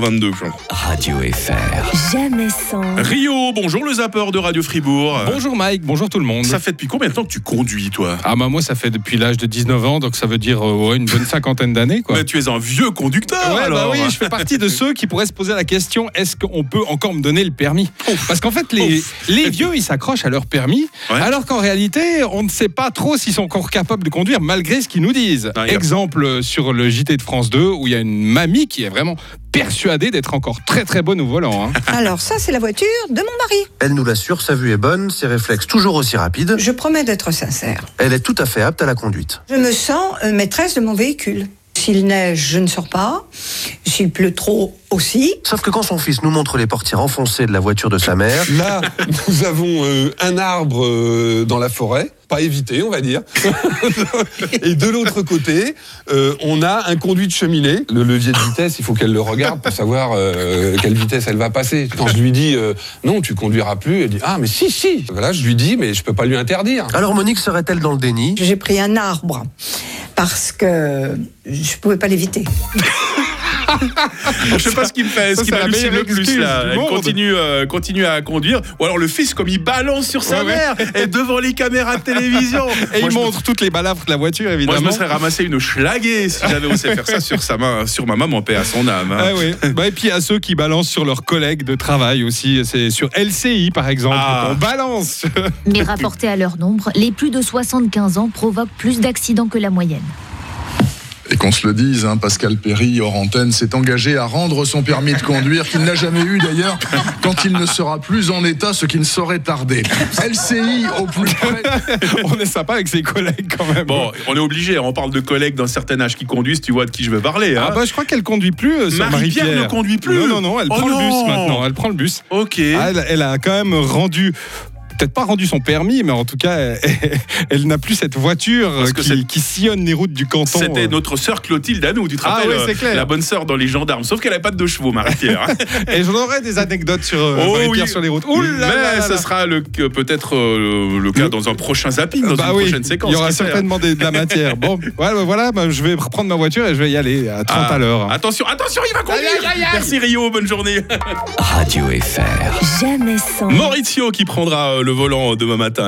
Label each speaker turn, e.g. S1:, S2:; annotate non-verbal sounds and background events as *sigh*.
S1: 22, je crois.
S2: Radio FR.
S3: Jamais sans.
S1: Rio, bonjour le zapper de Radio Fribourg.
S4: Bonjour Mike, bonjour tout le monde.
S1: Ça fait depuis combien de temps que tu conduis, toi
S4: Ah bah moi ça fait depuis l'âge de 19 ans, donc ça veut dire euh, ouais, une bonne cinquantaine d'années quoi.
S1: Bah, Tu es un vieux conducteur,
S4: Ouais, bah
S1: alors.
S4: oui, je fais partie de ceux qui pourraient se poser la question est-ce qu'on peut encore me donner le permis Parce qu'en fait, les, les vieux, ils s'accrochent à leur permis,
S1: Ouais.
S4: alors qu'en réalité, on ne sait pas trop s'ils sont encore capables de conduire malgré ce qu'ils nous disent.
S1: Ah, il y a-
S4: Exemple euh, sur le JT de France 2, où il y a une mamie qui est vraiment persuadée d'être encore très très bonne au volant. hein.
S5: Alors ça, c'est la voiture de mon mari.
S6: Elle nous l'assure, sa vue est bonne, ses réflexes toujours aussi rapides.
S5: Je promets d'être sincère.
S6: Elle est tout à fait apte à la conduite.
S5: Je me sens euh, maîtresse de mon véhicule. S'il neige, je ne sors pas. S'il pleut trop aussi.
S6: Sauf que quand son fils nous montre les portières enfoncées de la voiture de sa mère,
S7: Là, nous avons euh, un arbre euh, dans la forêt, pas évité, on va dire. *laughs* Et de l'autre côté, euh, on a un conduit de cheminée. Le levier de vitesse, il faut qu'elle le regarde pour savoir euh, quelle vitesse elle va passer. Quand je lui dis euh, non, tu conduiras plus, elle dit ah mais si si. Voilà, je lui dis mais je peux pas lui interdire.
S6: alors Monique serait-elle dans le déni
S5: J'ai pris un arbre parce que je pouvais pas l'éviter.
S1: Je sais pas ce qu'il me fait, ce
S4: Ça,
S1: qui
S4: c'est la
S1: m'hallucine le
S4: meilleure
S1: plus
S4: excuse
S1: là.
S4: du
S1: Elle
S4: monde.
S1: continue, euh, continue à conduire. Ou alors le fils, comme il balance sur sa
S4: Ouais, ouais.
S1: mère et devant les caméras de télévision.
S4: *laughs* Et
S1: Moi,
S4: ils
S1: je me-
S4: montrent toutes les balafres de la voiture,
S1: Moi,
S4: évidemment.
S1: je me serais ramassé une schlaguée si j'avais osé faire ça sur sa main, sur ma maman, paix à son âme. hein.
S4: Ah oui. Bah, et puis à ceux qui balancent sur leurs collègues de travail aussi. C'est sur LCI par exemple.
S1: Ah.
S4: On balance. *laughs*
S8: Mais rapportés à leur nombre, les plus de 75 ans provoquent plus d'accidents que la moyenne.
S9: Et qu'on se le dise, hein, Pascal Perry, hors antenne, s'est engagé à rendre son permis de conduire, qu'il n'a jamais eu d'ailleurs, quand il ne sera plus en état, ce qui ne saurait tarder. LCI au plus près.
S4: On est sympa avec ses collègues quand même.
S1: Bon, on est obligé, on parle de collègues d'un certain âge qui conduisent, tu vois de qui je veux parler. hein.
S4: Ah bah je crois qu'elle conduit plus. euh, sœur
S1: Marie-Pierre
S4: Marie-Pierre
S1: ne conduit plus.
S4: Non non non, elle
S1: Oh
S4: prend le
S1: non.
S4: bus maintenant. Elle prend le bus.
S1: ok.
S4: Ah, elle, elle a quand même rendu. Peut-être pas rendu son permis, mais en tout cas, elle, elle n'a plus cette voiture euh,
S1: que
S4: qui,
S1: c'est-
S4: qui sillonne les routes du canton.
S1: C'était
S4: euh.
S1: notre sœur Clotilde à nous, tu te
S4: Ah
S1: rappelles
S4: ouais,
S1: euh,
S4: c'est clair.
S1: La bonne sœur dans Les Gendarmes, sauf qu'elle a pas de deux chevaux, Marie-Pierre.
S4: *laughs*
S1: hein.
S4: Et j'en aurais des anecdotes sur euh,
S1: Oh
S4: Marie-Pierre
S1: oui.
S4: sur les routes. Ouh là
S1: Mais
S4: là là
S1: ça
S4: là.
S1: sera le- que peut-être euh, le cas dans un prochain zapping, dans
S4: Bah
S1: une
S4: oui,
S1: prochaine séquence.
S4: Il y aura
S1: qui sait, hein.
S4: certainement des- de la matière. Bon, *laughs* voilà, bah, voilà bah, je vais reprendre ma voiture et je vais y aller à 30
S1: Ah,
S4: à l'heure.
S1: Attention, attention, il va conduire. Merci Rio, bonne journée. *laughs*
S2: Radio FR.
S3: Jamais sans.
S1: Maurizio qui prendra euh, le volant demain matin.